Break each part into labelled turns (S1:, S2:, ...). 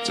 S1: It's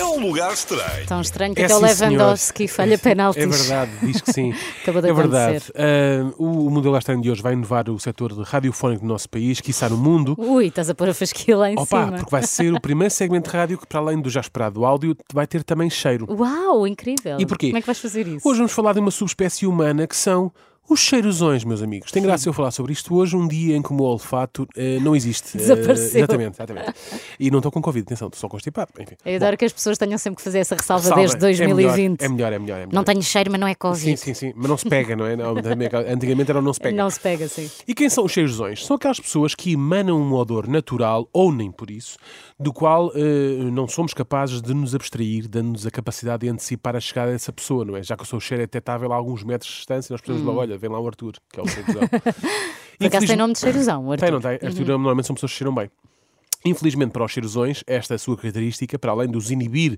S2: é um lugar estranho.
S3: Tão estranho que
S4: É
S3: até o
S4: sim, senhor.
S3: Lewandowski falha penaltis.
S4: É verdade, diz que sim.
S3: Acabou de
S4: é verdade.
S3: acontecer.
S4: Ah, o modelo Astran de hoje vai inovar o setor radiofónico do nosso país, quiçá no mundo.
S3: Ui, estás a pôr a fasquia lá em
S4: Opa,
S3: cima.
S4: porque vai ser o primeiro segmento de rádio que, para além do já esperado áudio, vai ter também cheiro.
S3: Uau, incrível.
S4: E porquê?
S3: Como é que vais fazer isso?
S4: Hoje vamos falar de uma subespécie humana que são os cheirosões, meus amigos. Tem graça eu falar sobre isto hoje, um dia em que o meu olfato eh, não existe. Eh,
S3: Desapareceu.
S4: exatamente, exatamente. E não estou com Covid, atenção, estou só constipado. Enfim.
S3: Eu
S4: Bom,
S3: adoro que as pessoas tenham sempre que fazer essa ressalva
S4: salva,
S3: É desde
S4: é melhor,
S3: 2020.
S4: É melhor, é melhor. é melhor.
S3: Não tenho cheiro, mas não é
S4: Sim,
S3: Covid.
S4: sim, sim. Mas não se pega, não é? Não, antigamente era o não se pega.
S3: Não se pega, sim.
S4: E quem são os cheirosões? São aquelas pessoas que emanam um odor natural, ou nem por isso, do qual eh, não somos capazes de nos abstrair, dando-nos a capacidade de antecipar a chegada dessa pessoa, não é? Já que o seu cheiro é detectável a alguns metros de distância, nós podemos logo, olha, vem lá o Arthur, que é o cheirosão.
S3: Hum. Por acaso tem
S4: Infeliz-
S3: nome de cheirosão, Arthur.
S4: Tem, não tem? Arthur, normalmente são pessoas que cheiram bem. Infelizmente para os cheirosões, esta é sua característica, para além de os inibir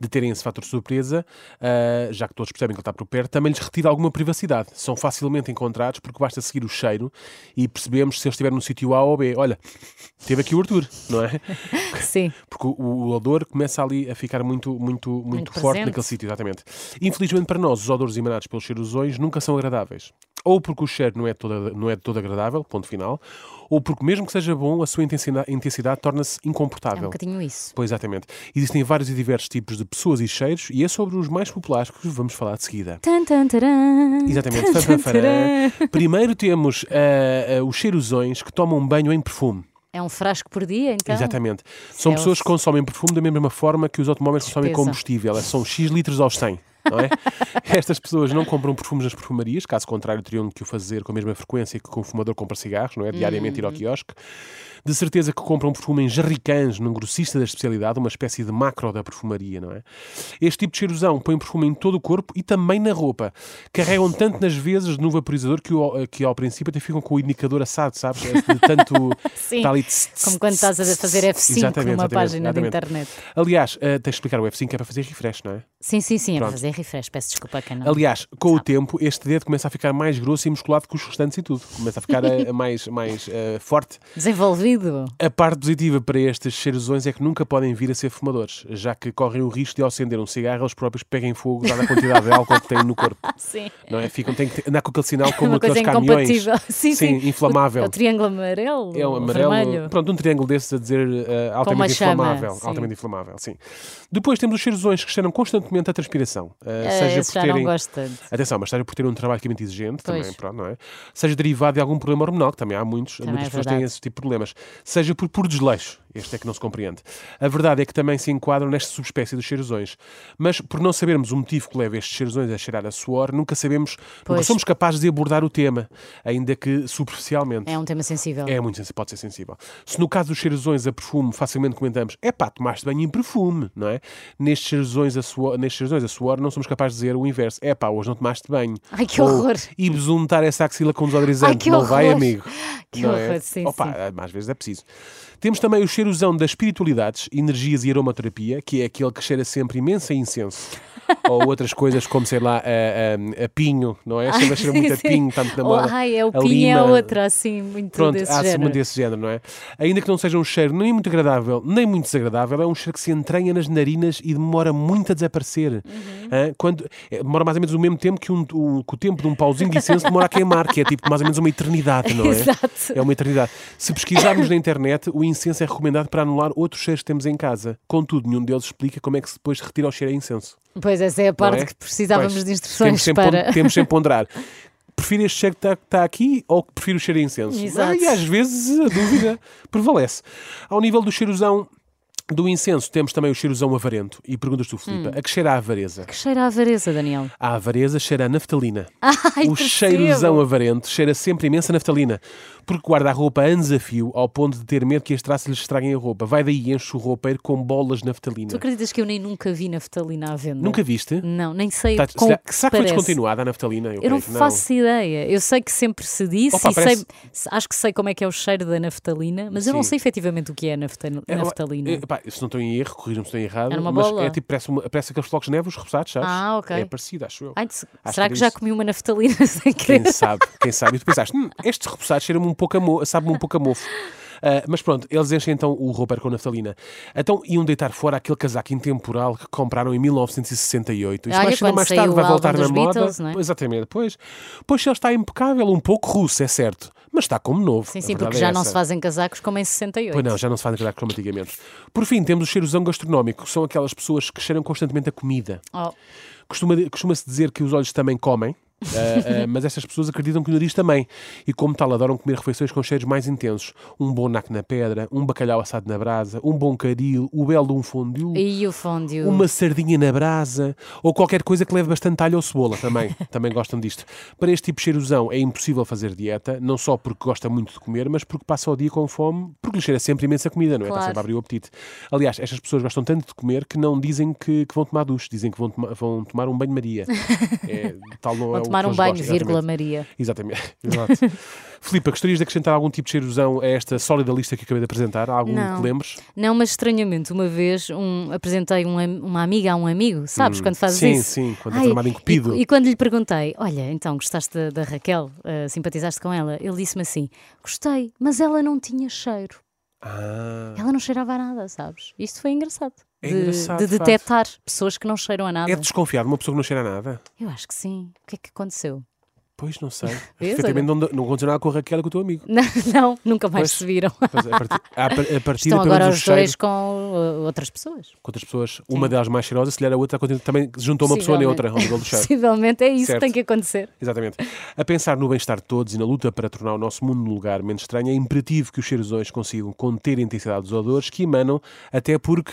S4: de terem esse fator de surpresa, ah, já que todos percebem que ele está por perto, também lhes retira alguma privacidade. São facilmente encontrados porque basta seguir o cheiro e percebemos se ele estiver no sítio A ou B. Olha, teve aqui o Arthur, não é?
S3: Sim. é
S4: Porque o, o odor começa ali a ficar muito, muito, muito, forte
S3: presente.
S4: naquele sítio, exatamente. Infelizmente para nós, os odores emanados pelos cheirosões nunca são agradáveis. Ou porque o cheiro não é, todo, não é de todo agradável, ponto final, ou porque mesmo que seja bom, a sua intensidade, intensidade torna-se
S3: É um
S4: incomportável.
S3: bocadinho isso.
S4: Pois, exatamente. Existem vários e diversos tipos de pessoas e cheiros, e é sobre os mais populares que vamos falar de seguida.
S3: Tan, tan, taran.
S4: Exatamente.
S3: Tan, tan,
S4: Fanfarã.
S3: taran.
S4: Primeiro temos ah, ah, os cheirosões que tomam banho em perfume.
S3: É um frasco por dia, então?
S4: Exatamente. São
S3: Celso.
S4: pessoas que consomem perfume da mesma forma que os automóveis consomem
S3: Despesa.
S4: combustível. Elas São X litros aos 100. Não é? Estas pessoas não compram perfumes nas perfumarias, caso contrário, teriam que o fazer com a mesma frequência que o fumador compra cigarros, não é? Diariamente ir
S3: Hum.
S4: ao quiosque. De certeza que compram perfume em jerrycans, num grossista da especialidade, uma espécie de macro da perfumaria, não é? Este tipo de cheirosão põe perfume em todo o corpo e também na roupa. Carregam tanto nas vezes no vaporizador que, o- que ao princípio até ficam com o indicador assado, sabes? De tanto.
S3: Sim.
S4: está ali tss, tss,
S3: Como quando estás a fazer F5
S4: Exatamente,
S3: numa
S4: exatamente,
S3: página de
S4: exatamente.
S3: internet.
S4: Aliás, eh, tens de explicar o F5 que é para fazer refresh, não é?
S3: Sim, sim, sim. É para
S4: Pronto.
S3: fazer refresh. Peço desculpa, que eu não.
S4: Aliás, com o tempo, este dedo começa a ficar mais grosso e musculado que os restantes e tudo. Começa a ficar eh, mais, mais eh, forte.
S3: Desenvolvido.
S4: A parte positiva para estes cheirosões é que nunca podem vir a ser fumadores, já que correm o risco de ao acender um cigarro eles próprios peguem fogo já na quantidade de álcool que têm no corpo.
S3: Sim.
S4: Não é? Ficam, têm que ter- andar com aquele sinal como
S3: É Uma coisa
S4: aqueles caminhões.
S3: incompatível. Sim, sim.
S4: inflamável.
S3: É o triângulo amarelo.
S4: É um
S3: o
S4: amarelo.
S3: Vermelho.
S4: Pronto, um triângulo desses a dizer eh,
S3: uma
S4: altamente
S3: chama,
S4: inflamável.
S3: sim.
S4: Altamente inflamável, sim. Depois temos os cheiros que cheiram constantemente a transpiração. eh,
S3: Ah, esse já não gosto tanto.
S4: Atenção, mas seja por terem um trabalho quimicamente exigente também,
S3: Pois.
S4: pronto, não é? Seja derivado de algum problema hormonal, que também há muitos,
S3: Também
S4: muitas
S3: é
S4: pessoas têm
S3: verdade.
S4: esse tipo de problemas. Seja por puro desleixo, este é que não se compreende. A verdade é que também se enquadram nesta subespécie dos cheirosões. Mas por não sabermos o motivo que leva estes cheirosões a cheirar a suor, nunca sabemos, nunca
S3: Pois.
S4: somos capazes de abordar o tema, ainda que superficialmente.
S3: É um tema sensível.
S4: É muito sensível, pode ser sensível. Se no caso dos cheirosões a perfume, facilmente comentamos, é pá, tomaste banho em perfume, não é? Nestes cheirosões a suor, nestes cheirosões a suor não somos capazes de dizer o inverso, é pá, hoje não tomaste banho.
S3: Ai, que
S4: Ou,
S3: horror.
S4: E besuntar essa axila com
S3: Ai,
S4: desodorizante,
S3: que
S4: não
S3: horror.
S4: vai, amigo.
S3: Que
S4: não
S3: horror,
S4: é?
S3: sim,
S4: Opa,
S3: sim.
S4: ah, às vezes é preciso. Temos também o cheirosão das espiritualidades, energias e aromaterapia, que é aquele que cheira sempre imenso a incenso. Ou outras coisas como, sei lá, a, a- a pinho, não é? Cheira, cheira
S3: Sim,
S4: muito a
S3: sim.
S4: pinho, tanto na
S3: Oh,
S4: moda.
S3: Ai, é o
S4: A
S3: pinho, é
S4: lima.
S3: outra, assim, muito
S4: Pronto,
S3: desse
S4: há
S3: género.
S4: muito desse género, não é? Ainda que não seja um cheiro nem muito agradável, nem muito desagradável, é um cheiro que se entranha nas narinas e demora muito a desaparecer.
S3: Uhum.
S4: Hã? Quando, é, demora mais ou menos o mesmo tempo que, um, o, que o tempo de um pauzinho de incenso demora a queimar, que é tipo mais ou menos uma eternidade, não é?
S3: Exato.
S4: É uma eternidade. Se pesquisarmos na internet, o incenso é recomendado para anular outros cheiros que temos em casa. Contudo, nenhum deles explica como é que se depois retira o cheiro a incenso.
S3: Pois, essa é a parte
S4: é?
S3: que precisávamos
S4: Pois,
S3: de instruções
S4: temos sempre
S3: para.
S4: pon- temos sempre ponderar. Prefiro este cheiro que está aqui ou que prefiro o cheiro a incenso?
S3: Exato.
S4: E às vezes a dúvida prevalece. Ao nível do cheirosão do incenso, temos também o cheirosão avarento. E perguntas tu,
S3: Hum.
S4: Filipa, a que cheira a avareza?
S3: Que cheira a avareza, Daniel.
S4: A avareza cheira a naftalina.
S3: Ai,
S4: o
S3: percebo.
S4: cheirosão avarento cheira sempre imensa naftalina, porque guarda a roupa a desafio ao ponto de ter medo que as traças lhe estraguem a roupa. Vai daí e enche o roupeiro com bolas de naftalina.
S3: Tu acreditas que eu nem nunca vi naftalina à venda?
S4: Nunca viste?
S3: Não, nem sei
S4: Tá-
S3: com
S4: será,
S3: o que se
S4: será que foi
S3: parece.
S4: descontinuada a
S3: Eu
S4: naftalina?
S3: não
S4: creio que
S3: faço ideia. Eu sei que sempre se disse
S4: Opa,
S3: e
S4: parece-
S3: sei- acho que sei como é que é o cheiro da naftalina, mas eu não
S4: Sim.
S3: sei efetivamente o que é nafta-
S4: É,
S3: naftalina.
S4: é, pá, Pá, se não estou em erro, corrijam-me se estou errado.
S3: Era uma
S4: mas
S3: bola?
S4: é tipo, parece, uma, parece aqueles flocos de neve, os repousados, sabes?
S3: Ah, ok.
S4: É parecido, acho eu.
S3: Ai, se-
S4: Acho
S3: será
S4: que
S3: que já
S4: disse.
S3: comi uma naftalina sem querer?
S4: Quem sabe, quem sabe. E tu pensaste, hum, estes repousados cheiram-me um pouco a mo- sabem-me um pouco a mofo. Ah, mas pronto, eles enchem então o roupeiro com naftalina. Então iam deitar fora aquele casaco intemporal que compraram em 1968.
S3: Olha,
S4: mais cedo ou
S3: quando
S4: mais
S3: saiu
S4: tarde
S3: o
S4: vai
S3: álbum
S4: voltar na
S3: dos
S4: moda.
S3: Beatles, não é?
S4: Pois, Exatamente, pois. Pois ele está impecável, um pouco russo, é certo. Mas está como novo.
S3: Sim,
S4: A
S3: sim,
S4: verdade
S3: porque
S4: é
S3: já não
S4: essa.
S3: se fazem casacos como em 68.
S4: Pois não, já não se fazem casacos como antigamente. Por fim, temos o cheirozão gastronómico, que são aquelas pessoas que cheiram constantemente a comida.
S3: Oh,
S4: Costuma- Costuma-se dizer que os olhos também comem, ah, ah, mas estas pessoas acreditam que o nariz também. E como tal, adoram comer refeições com cheiros mais intensos. Um bom naco na pedra, um bacalhau assado na brasa, um bom caril, o belo de um fondue,
S3: e o fondue.
S4: uma sardinha na brasa, ou qualquer coisa que leve bastante alho ou cebola também. também gostam disto. Para este tipo de cheirozão é impossível fazer dieta, não só porque gosta muito de comer, mas porque passa o dia com fome, porque lhe cheira sempre imensa comida, não é? Está
S3: Claro.
S4: sempre a abrir o apetite. Aliás, estas pessoas gostam tanto de comer que não dizem que, que vão tomar duche, dizem que vão, toma- vão tomar um banho-maria. É, tal não é o
S3: Vão
S4: que
S3: tomar um
S4: eles
S3: banho,
S4: gostam,
S3: vírgula,
S4: exatamente.
S3: Maria.
S4: Exatamente, exato. Filipe, gostarias de acrescentar algum tipo de cheirozão a esta sólida lista que acabei de apresentar? Algum que
S3: Não.
S4: lembres?
S3: Não, mas estranhamente, uma vez um- apresentei um am- uma amiga a um amigo, sabes, quando fazes
S4: Hum, sim,
S3: isso?
S4: sim, quando é formado em
S3: e-
S4: cupido.
S3: E, quando lhe perguntei, olha, então gostaste da, da Raquel, Ah, simpatizaste com ela? Ele disse-me assim, gostei, mas ela não tinha cheiro.
S4: Ah.
S3: Ela não cheirava a nada, sabes? Isto foi engraçado.
S4: É
S3: de,
S4: engraçado,
S3: de
S4: de facto.
S3: detectar pessoas que não cheiram a nada.
S4: É de desconfiar de uma pessoa que não cheira a nada?
S3: Eu acho que sim. O que é que aconteceu?
S4: Pois, não sei.
S3: Vês,
S4: Perfeitamente, não, não aconteceu nada com a Raquel e com o teu amigo.
S3: Não, não, nunca mais
S4: Pois.
S3: se viram.
S4: Pois, a partir, a par- a partir
S3: Estão
S4: pelo
S3: agora
S4: menos,
S3: os
S4: o cheiro,
S3: dois com ah, outras pessoas.
S4: quantas pessoas, uma delas mais cheirosa, se lhe era outra, a continuar- também juntou uma pessoa nem outra, ao
S3: Possivelmente.
S4: nível do cheiro.
S3: Possivelmente é isso
S4: Certo.
S3: que tem que acontecer.
S4: Exatamente. A pensar no bem-estar de todos e na luta para tornar o nosso mundo um lugar menos estranho, é imperativo que os cheirosões consigam conter a intensidade dos odores que emanam, até porque